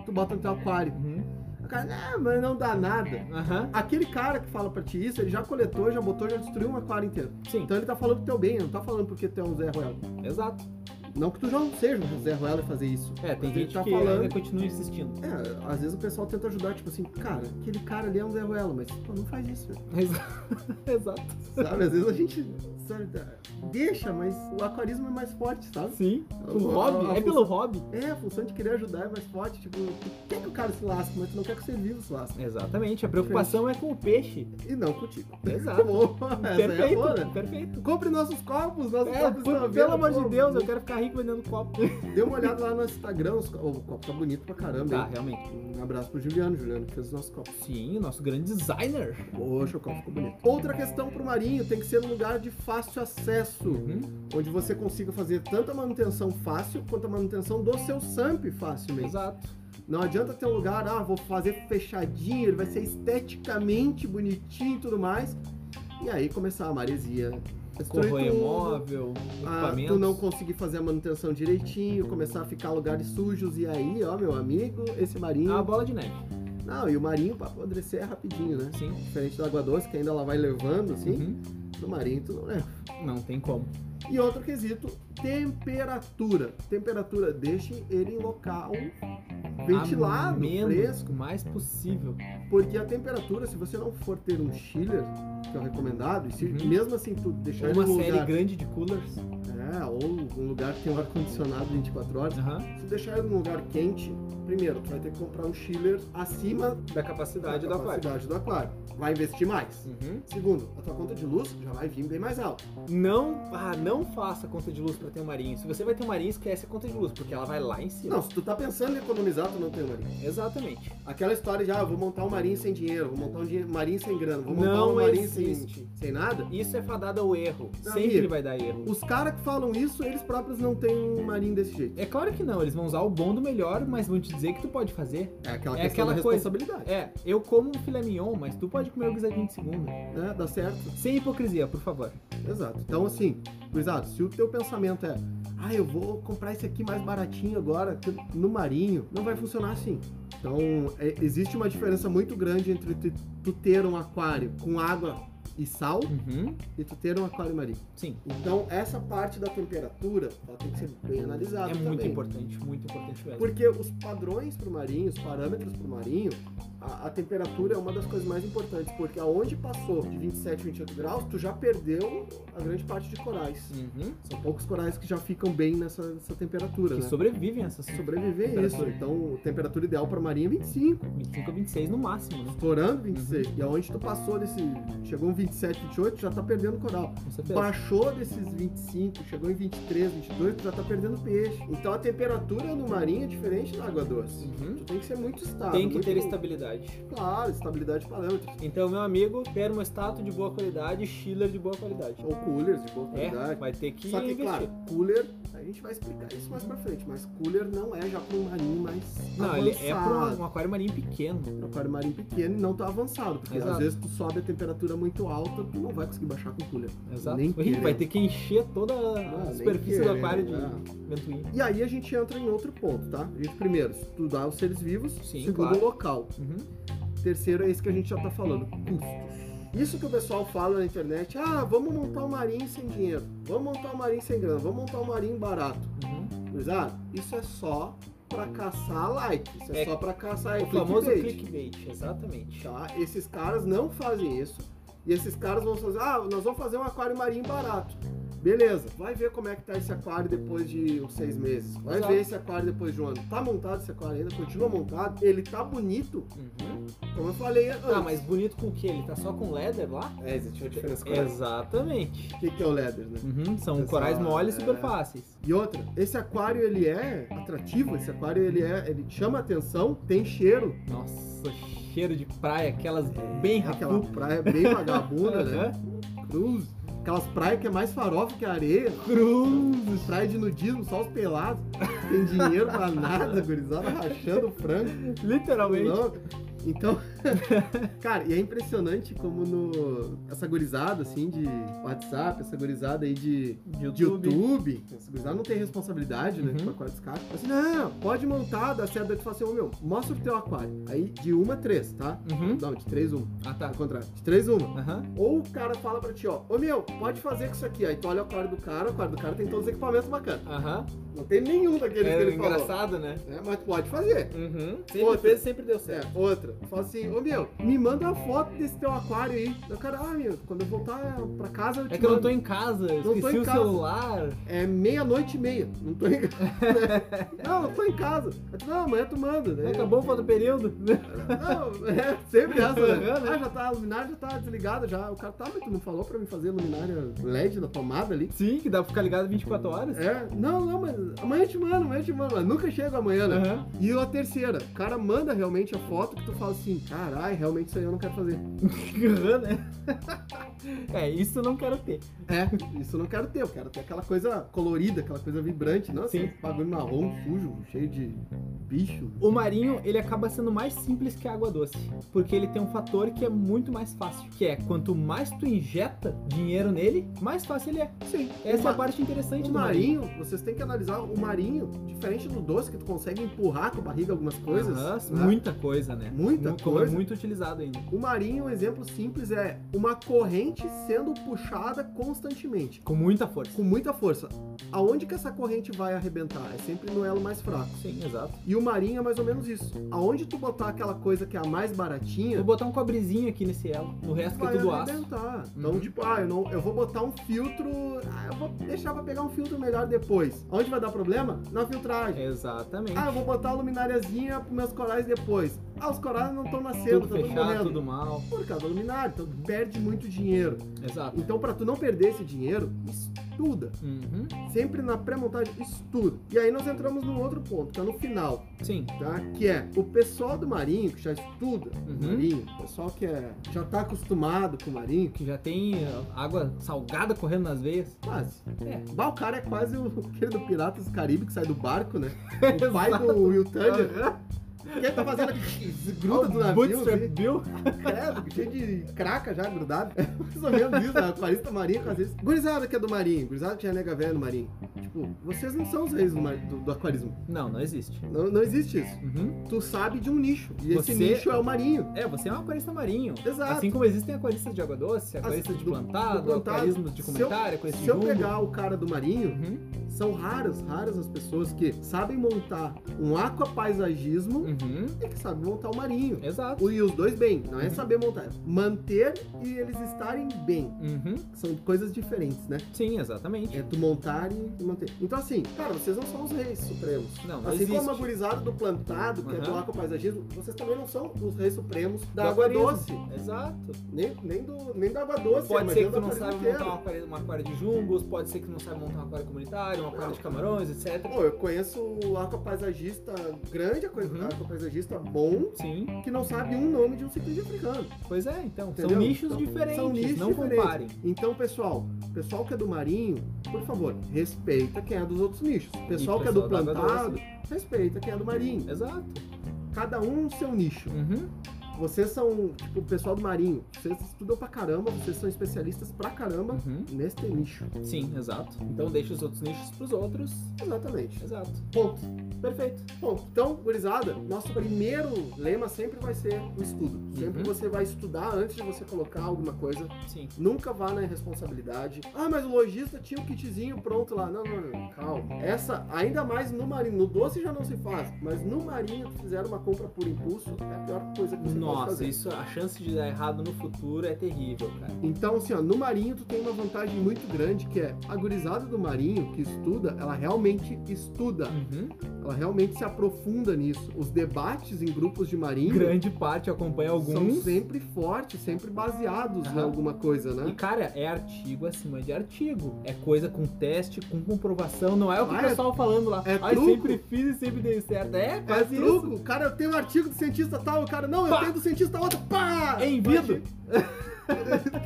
[SPEAKER 2] tu bota no teu aquário.
[SPEAKER 1] Uhum.
[SPEAKER 2] O cara, não, mas não dá nada.
[SPEAKER 1] Aham.
[SPEAKER 2] Aquele cara que fala pra ti isso, ele já coletou, já botou, já destruiu um aquário inteiro.
[SPEAKER 1] Sim,
[SPEAKER 2] Então ele tá falando pro teu bem, ele não tá falando porque tu é um Zé Ruela.
[SPEAKER 1] exato.
[SPEAKER 2] Não que tu já não seja um Zé Ruela e fazer isso.
[SPEAKER 1] É, tem
[SPEAKER 2] Mas ele
[SPEAKER 1] gente
[SPEAKER 2] tá
[SPEAKER 1] que
[SPEAKER 2] falando-
[SPEAKER 1] ainda continua
[SPEAKER 2] [LAUGHS]
[SPEAKER 1] insistindo.
[SPEAKER 2] É, às vezes o pessoal tenta ajudar, tipo assim, cara, aquele cara ali é um Zé Ruela, mas pô, não faz isso. velho.
[SPEAKER 1] Exa- [LAUGHS] exato.
[SPEAKER 2] Sabe, às vezes a gente sabe, dá- deixa, mas o aquarismo é mais forte, sabe?
[SPEAKER 1] Sim. O
[SPEAKER 2] A- a-
[SPEAKER 1] hobby?
[SPEAKER 2] a
[SPEAKER 1] É pelo hobby?
[SPEAKER 2] É, a função de querer ajudar é mais forte, tipo, tu quer que o cara se lasque, mas tu não quer que o ser vivo se lasque.
[SPEAKER 1] Exatamente. A preocupação é com o
[SPEAKER 2] [LAUGHS]
[SPEAKER 1] peixe.
[SPEAKER 2] E não contigo.
[SPEAKER 1] Exato.
[SPEAKER 2] Boa, [LAUGHS] essa aí é
[SPEAKER 1] Tá perfeito.
[SPEAKER 2] boa, né?
[SPEAKER 1] perfeito.
[SPEAKER 2] Compre nossos copos, nossos
[SPEAKER 1] É,
[SPEAKER 2] copos
[SPEAKER 1] por-
[SPEAKER 2] estão à
[SPEAKER 1] pelo
[SPEAKER 2] venda,
[SPEAKER 1] amor de
[SPEAKER 2] pô.
[SPEAKER 1] Deus, eu quero ficar rico vendendo copo.
[SPEAKER 2] Dê uma olhada lá no Instagram, os co- o copo tá bonito pra caramba.
[SPEAKER 1] Tá,
[SPEAKER 2] hein?
[SPEAKER 1] realmente.
[SPEAKER 2] Um abraço pro Juliano, Juliano que fez os nossos copos.
[SPEAKER 1] Sim, o nosso grande designer.
[SPEAKER 2] Poxa, o copo ficou bonito. Outra questão pro Marinho, tem que ser um lugar de fácil acesso,
[SPEAKER 1] Uhum,
[SPEAKER 2] onde você consiga fazer tanto a manutenção fácil, quanto a manutenção do seu SAMP facilmente.
[SPEAKER 1] Exato.
[SPEAKER 2] Não adianta ter um lugar, ah, vou fazer fechadinho, ele vai ser esteticamente bonitinho e tudo mais. E aí começar a maresia. Destruir
[SPEAKER 1] Corroer
[SPEAKER 2] tudo.
[SPEAKER 1] móvel,
[SPEAKER 2] Ah,
[SPEAKER 1] equipamentos.
[SPEAKER 2] tu não conseguir fazer a manutenção direitinho, começar a ficar lugares sujos, e aí, ó, meu amigo, esse marinho.
[SPEAKER 1] A Ah, bola de neve.
[SPEAKER 2] Não, e o marinho pra apodrecer é rapidinho, né?
[SPEAKER 1] Sim.
[SPEAKER 2] Diferente da água doce, que ainda ela vai levando, assim,
[SPEAKER 1] Uhum.
[SPEAKER 2] no marinho tu não é leva.
[SPEAKER 1] Não tem como.
[SPEAKER 2] E outro quesito, temperatura. Temperatura, deixe ele em local
[SPEAKER 1] A
[SPEAKER 2] ventilado,
[SPEAKER 1] menos,
[SPEAKER 2] fresco,
[SPEAKER 1] o mais possível.
[SPEAKER 2] porque a temperatura, se você não for ter um chiller, que é o recomendado, e se,
[SPEAKER 1] Uhum.
[SPEAKER 2] mesmo assim tu deixar
[SPEAKER 1] Ou
[SPEAKER 2] ele
[SPEAKER 1] uma
[SPEAKER 2] num
[SPEAKER 1] série
[SPEAKER 2] lugar,
[SPEAKER 1] grande de coolers.
[SPEAKER 2] é, ou um lugar que tem um ar-condicionado 24 horas,
[SPEAKER 1] Aham.
[SPEAKER 2] se tu deixar ele num lugar quente, primeiro, tu vai ter que comprar um chiller acima
[SPEAKER 1] Da capacidade do
[SPEAKER 2] da
[SPEAKER 1] aquário.
[SPEAKER 2] capacidade do aquário. Vai investir mais.
[SPEAKER 1] Uhum.
[SPEAKER 2] Segundo, a tua conta de luz já vai vir bem mais alta.
[SPEAKER 1] Não, ah, não faça conta de luz pra ter um marinho. Se você vai ter um marinho, esquece a conta de luz, porque ela vai lá em cima.
[SPEAKER 2] Não, se tu tá pensando em economizar, tu não tem marinho.
[SPEAKER 1] Exatamente.
[SPEAKER 2] Aquela história de, ah, eu vou montar um marinho sem dinheiro, vou montar um dinhe- marinho sem grana, vou montar
[SPEAKER 1] Não
[SPEAKER 2] um marinho sem,
[SPEAKER 1] existe.
[SPEAKER 2] sem nada.
[SPEAKER 1] Isso é fadado ao erro.
[SPEAKER 2] Não,
[SPEAKER 1] Sempre
[SPEAKER 2] amigo.
[SPEAKER 1] vai dar erro.
[SPEAKER 2] Os caras que falam isso, eles próprios não têm um marinho desse jeito.
[SPEAKER 1] É claro que não, eles vão usar o bom do melhor, mas vão te dizer que tu pode fazer.
[SPEAKER 2] É aquela
[SPEAKER 1] É
[SPEAKER 2] questão
[SPEAKER 1] aquela
[SPEAKER 2] da
[SPEAKER 1] coisa.
[SPEAKER 2] responsabilidade.
[SPEAKER 1] É, eu como um filé mignon, mas tu pode comer o guisadinho de segunda.
[SPEAKER 2] né? Dá certo.
[SPEAKER 1] Sem hipocrisia, por favor.
[SPEAKER 2] Exato. Então, assim, gurizada, se o teu pensamento é, ah, eu vou comprar esse aqui mais baratinho agora, que- no marinho, não vai funcionar assim. Então, é- existe uma diferença muito grande entre tu, tu ter um aquário com água e sal
[SPEAKER 1] Uhum.
[SPEAKER 2] e tu ter um aquário marinho.
[SPEAKER 1] Sim.
[SPEAKER 2] Então, essa parte da temperatura, ela tem que ser Tá, bem
[SPEAKER 1] É
[SPEAKER 2] analisada
[SPEAKER 1] muito
[SPEAKER 2] também.
[SPEAKER 1] importante, muito importante mesmo.
[SPEAKER 2] Porque os padrões para o marinho, os parâmetros para o marinho, a, a temperatura é uma das coisas mais importantes, porque aonde passou de 27, 28 graus, tu já perdeu a grande parte de corais.
[SPEAKER 1] Uhum.
[SPEAKER 2] São poucos corais que já ficam bem nessa, nessa temperatura,
[SPEAKER 1] Que
[SPEAKER 2] né?
[SPEAKER 1] sobrevivem a essas
[SPEAKER 2] Sobreviver é isso.
[SPEAKER 1] Temperatura.
[SPEAKER 2] Então, a temperatura ideal para marinho é 25,
[SPEAKER 1] 25 a 26 no máximo, né?
[SPEAKER 2] estourando 26. E aonde tu passou desse... Chegou um 27, 28, já tá perdendo coral.
[SPEAKER 1] Com certeza.
[SPEAKER 2] Baixou desses 25, chegou em 23, 22, tu já tá perdendo peixe. Então, a temperatura no marinho é diferente da água doce.
[SPEAKER 1] Uhum.
[SPEAKER 2] Tu tem que ser muito estável.
[SPEAKER 1] Tem que
[SPEAKER 2] Tá, muito-
[SPEAKER 1] ter estabilidade.
[SPEAKER 2] Claro, estabilidade de parâmetros.
[SPEAKER 1] Então, meu amigo, termostato de boa qualidade, chiller de boa qualidade.
[SPEAKER 2] Ou coolers de boa
[SPEAKER 1] É,
[SPEAKER 2] qualidade.
[SPEAKER 1] vai ter que
[SPEAKER 2] Só que,
[SPEAKER 1] investir.
[SPEAKER 2] claro, cooler, a gente vai explicar isso mais pra frente, mas cooler não é já para um marinho mais
[SPEAKER 1] Não,
[SPEAKER 2] avançado.
[SPEAKER 1] ele é pra um aquário marinho pequeno.
[SPEAKER 2] Pra um aquário marinho pequeno e não tá avançado, porque às
[SPEAKER 1] Exato.
[SPEAKER 2] vezes tu sobe a temperatura muito alta, tu não vai conseguir baixar com cooler.
[SPEAKER 1] Exato.
[SPEAKER 2] Nem querendo.
[SPEAKER 1] vai ter que encher toda a
[SPEAKER 2] Ah, nem
[SPEAKER 1] superfície do
[SPEAKER 2] querendo,
[SPEAKER 1] aquário é de
[SPEAKER 2] né?
[SPEAKER 1] ventoinha.
[SPEAKER 2] E aí a gente entra em outro ponto, tá? A gente, primeiro, estudar os seres vivos.
[SPEAKER 1] Sim,
[SPEAKER 2] segundo,
[SPEAKER 1] claro.
[SPEAKER 2] o local.
[SPEAKER 1] Uhum.
[SPEAKER 2] Terceiro é esse que a gente já tá falando, custos. Isso que o pessoal fala na internet, ah, vamos montar um marinho sem dinheiro, vamos montar um marinho sem grana, vamos montar um marinho barato.
[SPEAKER 1] Uhum.
[SPEAKER 2] Gurizada, isso é só pra caçar like, isso é,
[SPEAKER 1] É
[SPEAKER 2] só pra caçar
[SPEAKER 1] O famoso
[SPEAKER 2] clickbait,
[SPEAKER 1] clickbait, exatamente.
[SPEAKER 2] Tá? Esses caras não fazem isso. E esses caras vão fazer, ah, nós vamos fazer um aquário marinho barato. Beleza, vai ver como é que tá esse aquário depois de uns seis meses. Vai
[SPEAKER 1] Exato.
[SPEAKER 2] ver esse aquário depois de um ano. Tá montado esse aquário ainda, continua montado. Ele tá bonito,
[SPEAKER 1] Uhum.
[SPEAKER 2] como eu falei antes.
[SPEAKER 1] Tá, mas bonito com o que? Ele tá só com leather lá?
[SPEAKER 2] É, existe uma diferença com essa.
[SPEAKER 1] Exatamente.
[SPEAKER 2] O que, que é o leather, né?
[SPEAKER 1] Uhum, São
[SPEAKER 2] Exato,
[SPEAKER 1] corais moles
[SPEAKER 2] é.
[SPEAKER 1] super fáceis.
[SPEAKER 2] E outra, esse aquário ele é atrativo, esse aquário ele é, ele chama atenção, tem cheiro,
[SPEAKER 1] Nossa, cheiro de praia, aquelas bem rapu.
[SPEAKER 2] É, aquela praia bem vagabunda, né?
[SPEAKER 1] [LAUGHS] Aham.
[SPEAKER 2] Cruz, aquelas praias que é mais farofa que areia, né?
[SPEAKER 1] Cruz.
[SPEAKER 2] praia de nudismo, só os pelados, tem dinheiro pra nada, gurizada rachando o frango, tá
[SPEAKER 1] Literalmente.
[SPEAKER 2] louco. Então, [LAUGHS] cara, e é impressionante como no essa gurizada assim de WhatsApp, essa gurizada aí de de YouTube. Esse gurizada não tem responsabilidade, né?
[SPEAKER 1] Uhum.
[SPEAKER 2] Com o aquário dos caras. Assim, não, pode montar, dá certo. Daí tu fala assim, ô meu, mostra o teu aquário. Aí de uma a três, tá?
[SPEAKER 1] Uhum.
[SPEAKER 2] Não, de três uma.
[SPEAKER 1] Ah, tá.
[SPEAKER 2] Ao contrário, de três uma.
[SPEAKER 1] Aham.
[SPEAKER 2] Ou o cara fala pra ti, ó, ô meu, pode fazer com isso aqui. Aí tu olha o aquário do cara, o aquário do cara tem todos os equipamentos bacanas.
[SPEAKER 1] Aham.
[SPEAKER 2] Não tem nenhum daqueles que
[SPEAKER 1] É
[SPEAKER 2] ele falou.
[SPEAKER 1] engraçado, né?
[SPEAKER 2] né? Mas pode fazer.
[SPEAKER 1] Uhum. Sempre
[SPEAKER 2] Outra.
[SPEAKER 1] fez, sempre deu certo.
[SPEAKER 2] É, outra. Fala assim, ô meu, me manda uma foto desse teu aquário aí. Aí O cara, ah, meu, quando eu voltar pra casa, eu te
[SPEAKER 1] É que eu não
[SPEAKER 2] mando."
[SPEAKER 1] tô em casa,
[SPEAKER 2] tô
[SPEAKER 1] esqueci
[SPEAKER 2] em
[SPEAKER 1] o
[SPEAKER 2] casa.
[SPEAKER 1] celular.
[SPEAKER 2] É meia-noite e meia. Não tô em casa. né? [LAUGHS] Não, não tô em casa. Aí tu, Não, amanhã tu manda. Né?
[SPEAKER 1] Acabou o foto período. [LAUGHS]
[SPEAKER 2] Não, é sempre essa, né?
[SPEAKER 1] Aham, né?
[SPEAKER 2] Ah, já tá, a luminária já tá desligada já. O cara tá, mas tu não falou pra mim fazer a luminária LED na tomada ali?
[SPEAKER 1] Sim, que dá pra ficar ligado 24 horas.
[SPEAKER 2] É, não, não, mas amanhã eu te mando, amanhã eu te mando. Mas nunca chega amanhã, né?
[SPEAKER 1] Aham. [LAUGHS]
[SPEAKER 2] E a terceira, o cara manda realmente a foto que tu fala assim, carai, realmente isso aí eu não quero fazer. [LAUGHS]
[SPEAKER 1] Aham, né? [LAUGHS] É, isso eu não quero ter.
[SPEAKER 2] É, isso eu não quero ter, eu quero ter aquela coisa colorida, aquela coisa vibrante, não assim,
[SPEAKER 1] Sim.
[SPEAKER 2] esse bagulho marrom, sujo, cheio de bicho.
[SPEAKER 1] O marinho, ele acaba sendo mais simples que a água doce, porque ele tem um fator que é muito mais fácil, que é quanto mais tu injeta dinheiro nele, mais fácil ele é.
[SPEAKER 2] Sim,
[SPEAKER 1] Essa é
[SPEAKER 2] uma-
[SPEAKER 1] a parte interessante
[SPEAKER 2] O
[SPEAKER 1] do marinho.
[SPEAKER 2] marinho, vocês têm que analisar o marinho, diferente do doce, que tu consegue empurrar com a barriga algumas coisas.
[SPEAKER 1] Aham,
[SPEAKER 2] né?
[SPEAKER 1] Muita coisa, né?
[SPEAKER 2] Muita
[SPEAKER 1] Mu- como
[SPEAKER 2] coisa.
[SPEAKER 1] é muito utilizado ainda.
[SPEAKER 2] O marinho, um exemplo simples, é uma corrente sendo puxada constantemente,
[SPEAKER 1] Com muita força.
[SPEAKER 2] com muita força. Aonde que essa corrente vai arrebentar? É sempre no elo mais fraco.
[SPEAKER 1] Sim, exato.
[SPEAKER 2] E o marinho é mais ou menos isso. Aonde tu botar aquela coisa que é a mais baratinha,
[SPEAKER 1] Vou botar um cobrezinho aqui nesse elo. O resto que é
[SPEAKER 2] vai
[SPEAKER 1] tudo aço.
[SPEAKER 2] arrebentar. Então,
[SPEAKER 1] Uhum.
[SPEAKER 2] tipo, ah, eu, não, eu vou botar um filtro. Ah, eu vou deixar pra pegar um filtro melhor depois. Aonde vai dar problema? Na
[SPEAKER 1] É.
[SPEAKER 2] filtragem.
[SPEAKER 1] Exatamente.
[SPEAKER 2] Ah, eu vou botar a luminariazinha pros meus corais depois. Ah, os corais não estão nascendo,
[SPEAKER 1] tudo
[SPEAKER 2] estão tudo
[SPEAKER 1] fechado,
[SPEAKER 2] morrendo.
[SPEAKER 1] tudo mal.
[SPEAKER 2] Por causa da luminária, então tu perde muito dinheiro.
[SPEAKER 1] Exato.
[SPEAKER 2] Então, pra tu não perder esse dinheiro, estuda.
[SPEAKER 1] Uhum.
[SPEAKER 2] Sempre na pré-montagem, estuda. E aí nós entramos num outro ponto, que é no final.
[SPEAKER 1] Sim.
[SPEAKER 2] tá? Que é o pessoal do marinho que já estuda
[SPEAKER 1] Uhum.
[SPEAKER 2] marinho, o pessoal que é, já tá acostumado com o marinho, que
[SPEAKER 1] Que já tem eh, água salgada correndo nas veias.
[SPEAKER 2] quase.
[SPEAKER 1] É.
[SPEAKER 2] Bah, o cara é quase o [LAUGHS] aquele do Piratas do Caribe que sai do barco, né? O pai
[SPEAKER 1] [LAUGHS]
[SPEAKER 2] do Will Turner.
[SPEAKER 1] Uhum.
[SPEAKER 2] Quem tá fazendo aqui? Gruda do navio,
[SPEAKER 1] Bootstrap
[SPEAKER 2] assim,
[SPEAKER 1] Bill.
[SPEAKER 2] credo, cheio de craca já grudado. [LAUGHS] É mais ou menos isso, né? Aquarista marinho, às vezes. Gurizada que é do marinho, gurizada que já é nega velha no marinho. Tipo, vocês não são os reis do, mar- do- do aquarismo.
[SPEAKER 1] Não, não existe.
[SPEAKER 2] Não, não existe isso.
[SPEAKER 1] Uhum.
[SPEAKER 2] Tu sabe de um nicho. E
[SPEAKER 1] Você-
[SPEAKER 2] esse nicho é o marinho.
[SPEAKER 1] É, você é um aquarista marinho.
[SPEAKER 2] Exato.
[SPEAKER 1] Assim como existem aquaristas de água doce, aquaristas de
[SPEAKER 2] do-
[SPEAKER 1] plantado,
[SPEAKER 2] do plantado.
[SPEAKER 1] aquarismos de
[SPEAKER 2] Se eu-
[SPEAKER 1] comentário, aquaristas
[SPEAKER 2] Se
[SPEAKER 1] de
[SPEAKER 2] eu
[SPEAKER 1] rumbo.
[SPEAKER 2] pegar o cara do marinho,
[SPEAKER 1] Uhum.
[SPEAKER 2] são raras, raras as pessoas que sabem montar um aquapaisagismo
[SPEAKER 1] Uhum.
[SPEAKER 2] e que sabem montar o marinho.
[SPEAKER 1] Exato.
[SPEAKER 2] E os dois bem, não é saber montar, é manter e eles estarem bem.
[SPEAKER 1] Uhum.
[SPEAKER 2] São coisas diferentes, né?
[SPEAKER 1] Sim, exatamente.
[SPEAKER 2] É tu montar e tu manter. Então assim, cara, vocês não são os reis supremos.
[SPEAKER 1] Não, não
[SPEAKER 2] Assim
[SPEAKER 1] existe.
[SPEAKER 2] como a gurizada do plantado, que é do
[SPEAKER 1] Aham.
[SPEAKER 2] aquapaisagismo, vocês também não são os reis supremos da,
[SPEAKER 1] Do
[SPEAKER 2] água
[SPEAKER 1] aquarismo.
[SPEAKER 2] doce.
[SPEAKER 1] Exato.
[SPEAKER 2] Nem, nem, do, nem da água doce,
[SPEAKER 1] Pode
[SPEAKER 2] mas
[SPEAKER 1] ser
[SPEAKER 2] nem
[SPEAKER 1] que tu
[SPEAKER 2] do
[SPEAKER 1] não
[SPEAKER 2] aquarismo
[SPEAKER 1] saiba
[SPEAKER 2] inteiro.
[SPEAKER 1] montar um uma aquária, uma aquária de jumbos, pode ser que tu não saiba montar um uma aquária comunitária, uma aquária de camarões, etc.
[SPEAKER 2] Pô, eu conheço o aquapaisagista grande, coisa,
[SPEAKER 1] Uhum.
[SPEAKER 2] aquapaisagista bom,
[SPEAKER 1] Sim,
[SPEAKER 2] que não sabe um nome de um ciclista africano.
[SPEAKER 1] pois é, então.
[SPEAKER 2] Entendeu?
[SPEAKER 1] São nichos
[SPEAKER 2] Então,
[SPEAKER 1] diferentes,
[SPEAKER 2] são nichos
[SPEAKER 1] não
[SPEAKER 2] diferentes.
[SPEAKER 1] comparem.
[SPEAKER 2] Então, pessoal, pessoal que é do marinho, por favor, respeita quem é dos outros nichos. Pessoal que é do
[SPEAKER 1] pessoal da água
[SPEAKER 2] plantado, respeita quem é do marinho.
[SPEAKER 1] Exato.
[SPEAKER 2] Cada um o seu nicho.
[SPEAKER 1] Uhum.
[SPEAKER 2] Vocês são, tipo, o pessoal do marinho, vocês estudam pra caramba, vocês são especialistas pra caramba
[SPEAKER 1] Uhum.
[SPEAKER 2] neste nicho.
[SPEAKER 1] Sim, exato. Então deixa os outros nichos pros outros.
[SPEAKER 2] Exatamente.
[SPEAKER 1] Exato.
[SPEAKER 2] Ponto.
[SPEAKER 1] Perfeito.
[SPEAKER 2] Bom, então, gurizada, nosso primeiro lema sempre vai ser o estudo. Sempre
[SPEAKER 1] Uhum.
[SPEAKER 2] você vai estudar antes de você colocar alguma coisa.
[SPEAKER 1] Sim.
[SPEAKER 2] Nunca vá na irresponsabilidade. Ah, mas o lojista tinha o kitzinho pronto lá. Não, não, não, calma. Essa, ainda mais no marinho. No doce já não se faz, mas no marinho, fizeram uma compra por impulso, é a pior coisa que você pode
[SPEAKER 1] Nossa,
[SPEAKER 2] fazer.
[SPEAKER 1] isso, a chance de dar errado no futuro é terrível, cara.
[SPEAKER 2] Então, assim, ó, no marinho tu tem uma vantagem muito grande que é a gurizada do marinho que estuda, ela realmente estuda.
[SPEAKER 1] Uhum.
[SPEAKER 2] Ela realmente se aprofunda nisso. Os debates em grupos de marinho.
[SPEAKER 1] Grande parte acompanha
[SPEAKER 2] são
[SPEAKER 1] alguns.
[SPEAKER 2] sempre fortes, sempre baseados em
[SPEAKER 1] Aham.
[SPEAKER 2] alguma coisa,
[SPEAKER 1] E,
[SPEAKER 2] né?
[SPEAKER 1] cara, é artigo acima de artigo. É coisa com teste, com comprovação. Não é o que
[SPEAKER 2] Ah,
[SPEAKER 1] o
[SPEAKER 2] é-
[SPEAKER 1] pessoal falando lá.
[SPEAKER 2] é
[SPEAKER 1] Ai,
[SPEAKER 2] truco?
[SPEAKER 1] sempre fiz e sempre deu certo. É,
[SPEAKER 2] É
[SPEAKER 1] quase isso.
[SPEAKER 2] truco, cara, eu tenho um artigo do cientista tal, o cara, não, eu
[SPEAKER 1] Pá!
[SPEAKER 2] tenho do cientista outro, pá!
[SPEAKER 1] É em vida.
[SPEAKER 2] [LAUGHS]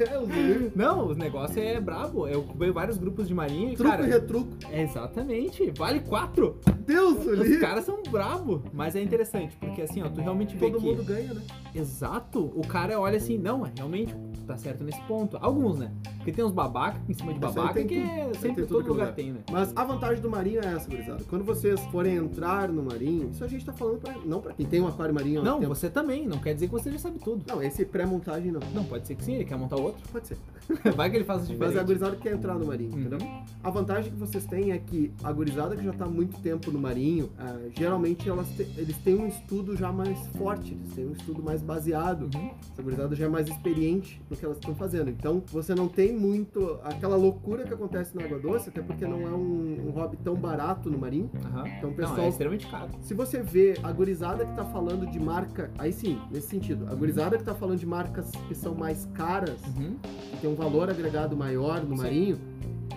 [SPEAKER 2] É, os livros.
[SPEAKER 1] Não, os negócios é brabo. Eu ocupei vários grupos de marinha e,
[SPEAKER 2] truco
[SPEAKER 1] cara...
[SPEAKER 2] e retruco.
[SPEAKER 1] É, exatamente. Vale quatro.
[SPEAKER 2] Deus, o
[SPEAKER 1] Os
[SPEAKER 2] livro.
[SPEAKER 1] caras são brabo. Mas é interessante, porque assim, ó, tu realmente vê
[SPEAKER 2] Todo
[SPEAKER 1] que...
[SPEAKER 2] mundo ganha, né?
[SPEAKER 1] Exato. O cara olha assim, não, é realmente tá certo nesse ponto. Alguns, né? Porque tem uns babaca em cima de
[SPEAKER 2] Isso aí
[SPEAKER 1] babaca
[SPEAKER 2] tem
[SPEAKER 1] que
[SPEAKER 2] tudo.
[SPEAKER 1] é
[SPEAKER 2] aí tem
[SPEAKER 1] sempre
[SPEAKER 2] tudo
[SPEAKER 1] todo
[SPEAKER 2] que
[SPEAKER 1] lugar
[SPEAKER 2] lugar.
[SPEAKER 1] tem, né?
[SPEAKER 2] Mas a vantagem do marinho é essa, gurizada. Quando vocês forem entrar no marinho, isso a gente tá falando pra, não pra quem tem um aquário marinho há
[SPEAKER 1] Não,
[SPEAKER 2] tempo.
[SPEAKER 1] você também. Não quer dizer que você já sabe tudo.
[SPEAKER 2] Não, esse pré-montagem não.
[SPEAKER 1] Não, pode ser que sim, ele quer montar outro. [LAUGHS]
[SPEAKER 2] Pode ser.
[SPEAKER 1] Vai que ele faça diferente.
[SPEAKER 2] Mas a gurizada que quer entrar no marinho, entendeu?
[SPEAKER 1] Uhum.
[SPEAKER 2] A vantagem que vocês têm é que a gurizada que já tá há muito tempo no marinho, ah, geralmente elas te- eles têm um estudo já mais forte, eles têm um estudo mais baseado.
[SPEAKER 1] Uhum.
[SPEAKER 2] Essa gurizada já é mais experiente no que elas estão fazendo. Então você não tem muito aquela loucura que acontece na água doce, até porque não é um, um hobby tão barato no marinho.
[SPEAKER 1] Aham.
[SPEAKER 2] Então,
[SPEAKER 1] Não,
[SPEAKER 2] pessoal.
[SPEAKER 1] é extremamente caro.
[SPEAKER 2] Se você vê a gurizada que tá falando de marca, aí sim, nesse sentido, a gurizada que tá falando de marcas que são mais caras,
[SPEAKER 1] Uhum.
[SPEAKER 2] que tem um valor agregado maior no
[SPEAKER 1] Sim.
[SPEAKER 2] marinho,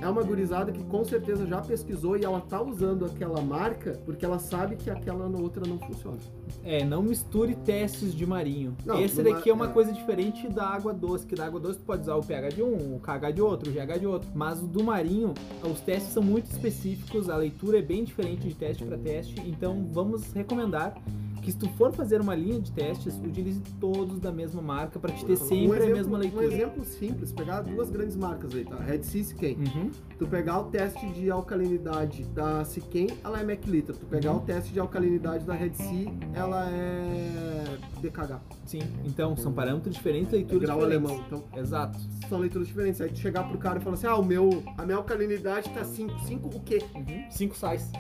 [SPEAKER 2] é uma gurizada que com certeza já pesquisou e ela tá usando aquela marca porque ela sabe que aquela outra não funciona.
[SPEAKER 1] É, não misture testes de marinho.
[SPEAKER 2] Não,
[SPEAKER 1] Esse
[SPEAKER 2] numa-
[SPEAKER 1] daqui é uma
[SPEAKER 2] é.
[SPEAKER 1] coisa diferente da água doce, que da água doce tu pode usar o pH de um, o KH de outro, o GH de outro. Mas o do marinho, os testes são muito específicos, a leitura é bem diferente de teste para teste, então vamos recomendar que se tu for fazer uma linha de testes, utilize todos da mesma marca para te ter sempre
[SPEAKER 2] Um
[SPEAKER 1] é
[SPEAKER 2] exemplo,
[SPEAKER 1] a mesma leitura.
[SPEAKER 2] Um exemplo simples, pegar duas grandes marcas aí, tá? Red Sea e Siquem.
[SPEAKER 1] Uhum,
[SPEAKER 2] Tu pegar o teste de alcalinidade da Siquem, ela é MacLiter. Tu pegar
[SPEAKER 1] Uhum.
[SPEAKER 2] o teste de alcalinidade da Red Sea, ela é de cagar.
[SPEAKER 1] Sim. Então, são parâmetros diferentes, leituras
[SPEAKER 2] grau
[SPEAKER 1] diferentes.
[SPEAKER 2] alemão. Então,
[SPEAKER 1] Exato.
[SPEAKER 2] são leituras diferentes. Aí tu chegar pro cara e falar assim, ah, o meu, a minha alcalinidade tá 5. 5 o quê?
[SPEAKER 1] Uhum. Cinco sais.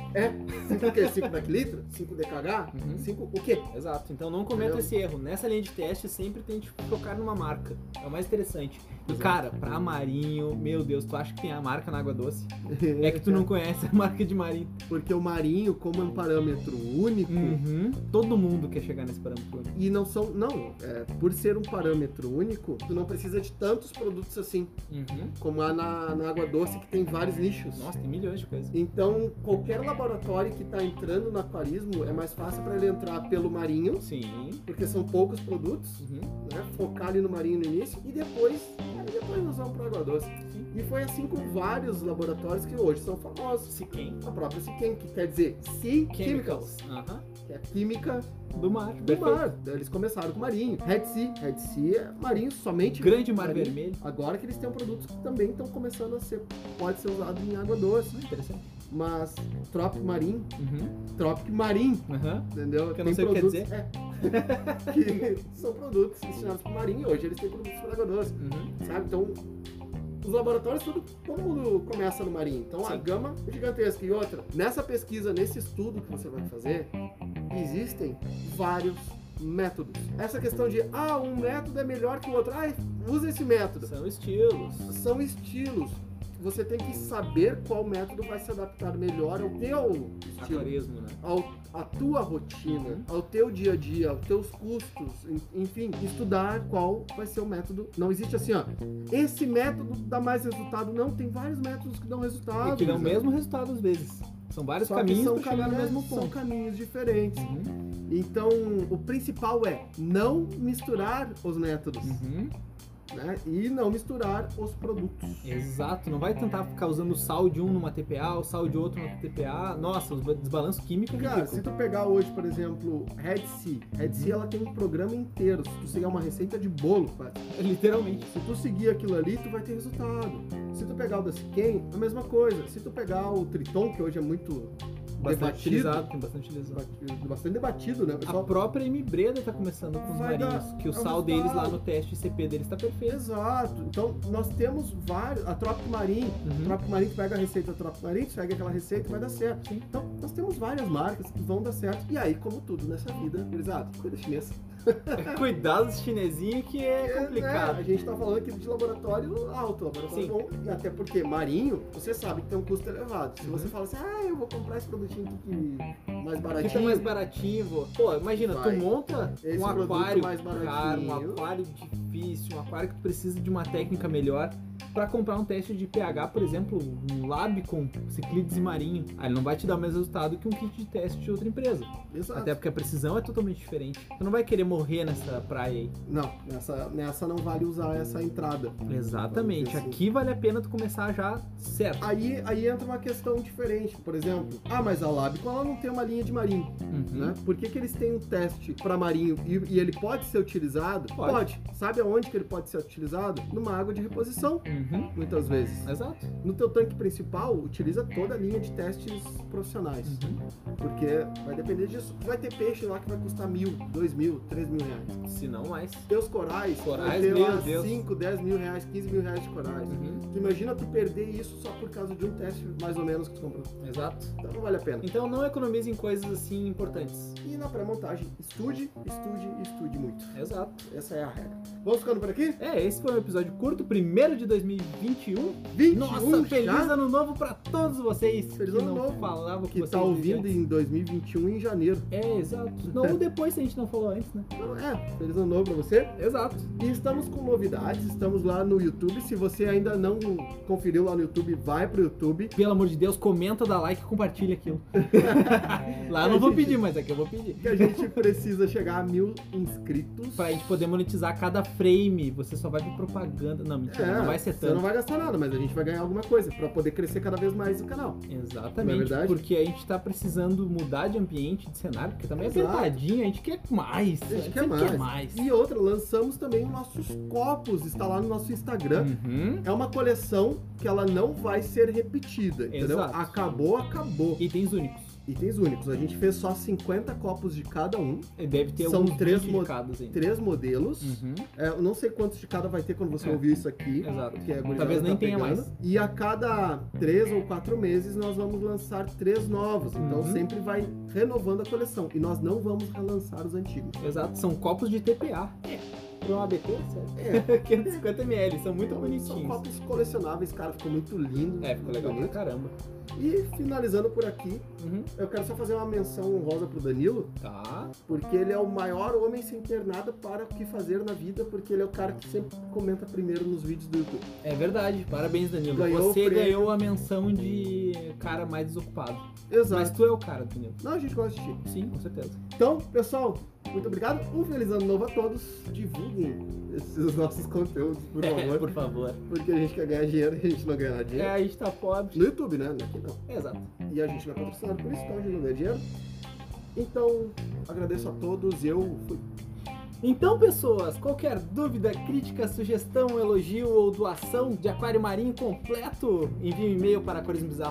[SPEAKER 2] 5 o é quê? 5 decilitro? 5 DKH?
[SPEAKER 1] Uhum.
[SPEAKER 2] 5 o quê?
[SPEAKER 1] Exato. Então não cometa
[SPEAKER 2] Entendeu?
[SPEAKER 1] esse erro. Nessa linha de teste sempre tente focar numa marca. É o mais interessante. E
[SPEAKER 2] Exato.
[SPEAKER 1] cara, pra Marinho, meu Deus, tu acha que tem a marca na água
[SPEAKER 2] [LAUGHS]
[SPEAKER 1] doce? É que tu não conhece a marca de Marinho.
[SPEAKER 2] Porque o marinho, como é um parâmetro único,
[SPEAKER 1] Uhum. Todo mundo quer chegar nesse parâmetro.
[SPEAKER 2] e não são. Não, é, por ser um parâmetro único, tu não precisa de tantos produtos assim,
[SPEAKER 1] Uhum.
[SPEAKER 2] como há na, na água doce, que tem vários nichos.
[SPEAKER 1] Nossa, tem milhões de coisas.
[SPEAKER 2] Então, qualquer laboratório que está entrando no aquarismo, é mais fácil para ele entrar pelo marinho,
[SPEAKER 1] Sim.
[SPEAKER 2] porque são poucos produtos,
[SPEAKER 1] Uhum.
[SPEAKER 2] né? focar ali no marinho no início e depois, aí depois nós vamos para água doce.
[SPEAKER 1] Sim.
[SPEAKER 2] E foi assim com vários laboratórios que hoje são famosos.
[SPEAKER 1] Se quem?
[SPEAKER 2] A própria Siquem, que quer dizer Sea Chemicals,
[SPEAKER 1] Chemicals. Aham.
[SPEAKER 2] que é química
[SPEAKER 1] Do mar.
[SPEAKER 2] do
[SPEAKER 1] Perfeito.
[SPEAKER 2] mar. Eles começaram com marinho. Red Sea, Red Sea é marinho somente.
[SPEAKER 1] Grande mar
[SPEAKER 2] marinho.
[SPEAKER 1] vermelho.
[SPEAKER 2] Agora que eles têm produtos que também estão começando a ser, pode ser usado em água doce,
[SPEAKER 1] Ah, interessante.
[SPEAKER 2] mas Tropic Marinho,
[SPEAKER 1] Uhum.
[SPEAKER 2] Tropic Marinho,
[SPEAKER 1] Aham.
[SPEAKER 2] entendeu?
[SPEAKER 1] Que eu não sei o que quer
[SPEAKER 2] produtos, é, [LAUGHS] que são produtos destinados para marinho e hoje eles têm produtos para água doce,
[SPEAKER 1] Uhum.
[SPEAKER 2] sabe? Então, os laboratórios, tudo, todo mundo começa no marinho. Então, a
[SPEAKER 1] Sim.
[SPEAKER 2] gama é gigantesca. E outra, nessa pesquisa, nesse estudo que você vai fazer, existem vários métodos. Essa questão de, ah, um método é melhor que o outro. Ah, usa esse método.
[SPEAKER 1] São estilos.
[SPEAKER 2] São estilos. Você tem que saber qual método vai se adaptar melhor ao teu estilo
[SPEAKER 1] Aquarismo, né?
[SPEAKER 2] ao, à tua
[SPEAKER 1] Uhum.
[SPEAKER 2] rotina, ao teu dia a dia, aos teus custos, en- enfim, estudar qual vai ser o método. Não existe assim, ó. Esse método dá mais resultado. Não, tem vários métodos que dão resultado.
[SPEAKER 1] E que dão o
[SPEAKER 2] né?
[SPEAKER 1] mesmo resultado às vezes. São vários
[SPEAKER 2] Só que
[SPEAKER 1] caminhos
[SPEAKER 2] são
[SPEAKER 1] para chegar no
[SPEAKER 2] caminhos-
[SPEAKER 1] mesmo
[SPEAKER 2] São
[SPEAKER 1] ponto.
[SPEAKER 2] caminhos diferentes.
[SPEAKER 1] Uhum,
[SPEAKER 2] Então, o principal é não misturar os métodos,
[SPEAKER 1] uhum.
[SPEAKER 2] né? E não misturar os produtos.
[SPEAKER 1] Exato, não vai tentar ficar usando sal de um numa TPA, o sal de outro numa TPA. Nossa, os ba- desbalanço químico é
[SPEAKER 2] Cara,
[SPEAKER 1] ridículo.
[SPEAKER 2] se tu pegar hoje, por exemplo, Red Sea, Red Sea ela tem um programa inteiro. Se tu seguir uma receita de bolo, quase.
[SPEAKER 1] [LAUGHS] Literalmente.
[SPEAKER 2] Se tu seguir aquilo ali, tu vai ter resultado. Se tu pegar o da Siquem, a mesma coisa. Se tu pegar o Triton, que hoje é muito
[SPEAKER 1] Bastante
[SPEAKER 2] debatido,
[SPEAKER 1] utilizado, tem bastante utilizado.
[SPEAKER 2] debatido- bastante debatido, né,
[SPEAKER 1] A
[SPEAKER 2] pessoal?
[SPEAKER 1] própria M-Breda tá começando com os
[SPEAKER 2] Vai dar-
[SPEAKER 1] marinhos, que o
[SPEAKER 2] é um
[SPEAKER 1] sal deles lá
[SPEAKER 2] resultado.
[SPEAKER 1] no teste CP deles tá perfeito.
[SPEAKER 2] Exato. Então, nós temos vários. A Tropic Marim.
[SPEAKER 1] Uhum.
[SPEAKER 2] Tropic Marim, tu pega a receita da Tropic Marim, tu pega aquela receita e vai dar certo.
[SPEAKER 1] Sim.
[SPEAKER 2] Então, nós temos várias marcas que vão dar certo. E aí, como tudo nessa vida, exato, coisa chinesa.
[SPEAKER 1] Cuidado dos chinesinhos que é
[SPEAKER 2] Tá. É,
[SPEAKER 1] complicado.
[SPEAKER 2] a gente tá falando aqui de laboratório alto, laboratório
[SPEAKER 1] Sim.
[SPEAKER 2] bom. E até porque marinho, você sabe que tem um custo elevado. Se
[SPEAKER 1] Uhum.
[SPEAKER 2] você fala assim, ah, eu vou comprar esse produtinho aqui que mais
[SPEAKER 1] Que
[SPEAKER 2] né? baratinho.
[SPEAKER 1] tá mais baratinho. vô. Pô, imagina,
[SPEAKER 2] Vai.
[SPEAKER 1] tu monta
[SPEAKER 2] Esse
[SPEAKER 1] um
[SPEAKER 2] produto
[SPEAKER 1] aquário
[SPEAKER 2] mais baratinho.
[SPEAKER 1] caro, um aquário difícil, um aquário que tu precisa de uma técnica melhor. Pra comprar um teste de pH, por exemplo, um lab com ciclides e marinho, aí ele não vai te dar o mesmo resultado que um kit de teste de outra empresa.
[SPEAKER 2] Exato.
[SPEAKER 1] Até porque a precisão é totalmente diferente. Tu não vai querer morrer nessa praia aí.
[SPEAKER 2] Não, nessa, nessa não vale usar essa entrada.
[SPEAKER 1] Hum, Exatamente.
[SPEAKER 2] Vamos ver se-
[SPEAKER 1] Aqui vale a pena tu começar já certo.
[SPEAKER 2] Aí, aí entra uma questão diferente, por exemplo. Ah, mas a Labico ela não tem uma linha de marinho,
[SPEAKER 1] Uhum.
[SPEAKER 2] né? Por que, que eles têm um teste para marinho e, e ele pode ser utilizado?
[SPEAKER 1] Pode.
[SPEAKER 2] pode. Sabe aonde que ele pode ser utilizado? Numa água de reposição,
[SPEAKER 1] Uhum.
[SPEAKER 2] muitas vezes.
[SPEAKER 1] Exato.
[SPEAKER 2] No teu tanque principal, utiliza toda a linha de testes profissionais.
[SPEAKER 1] Uhum.
[SPEAKER 2] Porque vai depender disso. Vai ter peixe lá que vai custar mil, dois mil, três mil reais.
[SPEAKER 1] Se não mais.
[SPEAKER 2] Teus corais, vai
[SPEAKER 1] Corais,
[SPEAKER 2] ter
[SPEAKER 1] meu
[SPEAKER 2] lá
[SPEAKER 1] Deus.
[SPEAKER 2] cinco, dez mil reais, quinze mil reais de corais.
[SPEAKER 1] Uhum.
[SPEAKER 2] Tu imagina tu perder isso só por causa de um teste mais ou menos que tu comprou.
[SPEAKER 1] Exato.
[SPEAKER 2] Então não vale a pena.
[SPEAKER 1] Então não economize em coisas assim importantes.
[SPEAKER 2] E na pré-montagem, estude, estude, estude muito.
[SPEAKER 1] Exato.
[SPEAKER 2] Essa é a regra. Vamos ficando por aqui?
[SPEAKER 1] É, esse foi um episódio curto, primeiro de 2021.
[SPEAKER 2] 21
[SPEAKER 1] Nossa, Um feliz
[SPEAKER 2] já?
[SPEAKER 1] ano novo pra todos vocês
[SPEAKER 2] Feliz
[SPEAKER 1] que
[SPEAKER 2] ano
[SPEAKER 1] não
[SPEAKER 2] novo.
[SPEAKER 1] falavam com
[SPEAKER 2] Que
[SPEAKER 1] vocês.
[SPEAKER 2] tá ouvindo
[SPEAKER 1] antes.
[SPEAKER 2] em 2021 em janeiro.
[SPEAKER 1] É, exato.
[SPEAKER 2] [LAUGHS]
[SPEAKER 1] Não, ou depois se a gente não falou antes, né?
[SPEAKER 2] Então é, feliz ano novo pra você.
[SPEAKER 1] Exato.
[SPEAKER 2] E estamos com novidades, estamos lá no YouTube. Se você ainda não conferiu lá no YouTube, vai pro YouTube.
[SPEAKER 1] Pelo amor de Deus, comenta, dá like e compartilha
[SPEAKER 2] [LAUGHS]
[SPEAKER 1] aquilo. Lá eu
[SPEAKER 2] É,
[SPEAKER 1] não vou
[SPEAKER 2] gente.
[SPEAKER 1] pedir, mas aqui eu vou pedir.
[SPEAKER 2] Que a
[SPEAKER 1] [LAUGHS]
[SPEAKER 2] gente precisa chegar a mil inscritos.
[SPEAKER 1] Pra gente poder monetizar cada frame, você só vai ver propaganda. Não, mentira,
[SPEAKER 2] É,
[SPEAKER 1] não vai ser
[SPEAKER 2] Você não
[SPEAKER 1] tanto.
[SPEAKER 2] vai gastar nada, mas a gente vai ganhar alguma coisa pra poder crescer cada vez mais o canal.
[SPEAKER 1] Exatamente,
[SPEAKER 2] Não é verdade?
[SPEAKER 1] porque a gente tá precisando mudar de ambiente, de cenário, porque também é
[SPEAKER 2] Exato.
[SPEAKER 1] apertadinho, a gente quer mais.
[SPEAKER 2] A gente quer
[SPEAKER 1] sempre
[SPEAKER 2] mais.
[SPEAKER 1] quer mais.
[SPEAKER 2] E outra, lançamos também os nossos copos, está lá no nosso Instagram.
[SPEAKER 1] Uhum.
[SPEAKER 2] É uma coleção que ela não vai ser repetida, entendeu?
[SPEAKER 1] Exato.
[SPEAKER 2] Acabou, acabou.
[SPEAKER 1] Itens únicos.
[SPEAKER 2] itens únicos. A gente fez só 50 copos de cada um,
[SPEAKER 1] E Deve ter
[SPEAKER 2] São
[SPEAKER 1] alguns
[SPEAKER 2] três
[SPEAKER 1] 20
[SPEAKER 2] mo-
[SPEAKER 1] de cada, assim.
[SPEAKER 2] três modelos.
[SPEAKER 1] Uhum,
[SPEAKER 2] É, eu não sei quantos de cada vai ter quando você
[SPEAKER 1] É.
[SPEAKER 2] ouvir isso aqui.
[SPEAKER 1] exato.
[SPEAKER 2] Que a gurizada
[SPEAKER 1] Talvez nem
[SPEAKER 2] tá
[SPEAKER 1] tenha
[SPEAKER 2] pegando.
[SPEAKER 1] mais.
[SPEAKER 2] E a cada três ou quatro meses nós vamos lançar três novos. Então
[SPEAKER 1] Uhum.
[SPEAKER 2] sempre vai renovando a coleção. E nós não vamos relançar os antigos.
[SPEAKER 1] Exato, são copos de TPA. Pra um ABT, certo?
[SPEAKER 2] É,
[SPEAKER 1] [LAUGHS] 550ml, são muito
[SPEAKER 2] Então, são
[SPEAKER 1] bonitinhos.
[SPEAKER 2] copos Uhum. colecionáveis, cara. Ficou muito lindo.
[SPEAKER 1] É, ficou
[SPEAKER 2] muito
[SPEAKER 1] legal pra
[SPEAKER 2] bonito.
[SPEAKER 1] caramba.
[SPEAKER 2] E finalizando por aqui,
[SPEAKER 1] Uhum.
[SPEAKER 2] eu quero só fazer uma menção honrosa pro Danilo,
[SPEAKER 1] Tá.
[SPEAKER 2] porque ele é o maior homem sem ter nada para o que fazer na vida, porque ele é o cara que sempre comenta primeiro nos vídeos do YouTube.
[SPEAKER 1] É verdade, parabéns Danilo.
[SPEAKER 2] Ganhou o
[SPEAKER 1] Você
[SPEAKER 2] prêmio.
[SPEAKER 1] ganhou a menção de cara mais desocupado. Mas
[SPEAKER 2] Exato.
[SPEAKER 1] tu é o cara, Danilo.
[SPEAKER 2] Não, a gente gosta de ti.
[SPEAKER 1] Sim, com certeza.
[SPEAKER 2] Então, pessoal, muito obrigado. Um feliz ano novo a todos. Divulguem esses nossos conteúdos, por
[SPEAKER 1] É,
[SPEAKER 2] favor.
[SPEAKER 1] por favor.
[SPEAKER 2] Porque a gente quer ganhar dinheiro e a gente não ganha nada de
[SPEAKER 1] [LAUGHS] É,
[SPEAKER 2] dinheiro.
[SPEAKER 1] a gente tá pobre.
[SPEAKER 2] No YouTube, né? Aqui não.
[SPEAKER 1] Exato.
[SPEAKER 2] E a gente não é patrocinado por isso, então a gente não ganha dinheiro. Então, agradeço a todos. Eu fui.
[SPEAKER 1] Então, pessoas, qualquer dúvida, crítica, sugestão, elogio ou doação de aquário marinho completo, envie um e-mail para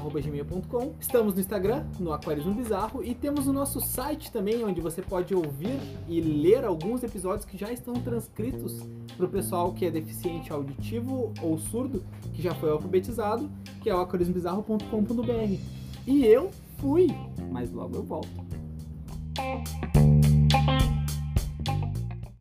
[SPEAKER 1] aquarismobizarro.gmail.com. Estamos no Instagram, no Aquarismo Bizarro, e temos o nosso site também, onde você pode ouvir e ler alguns episódios que já estão transcritos para o pessoal que é deficiente auditivo ou surdo, que já foi alfabetizado, que é o aquarismobizarro.com.br. E eu fui, mas logo eu volto.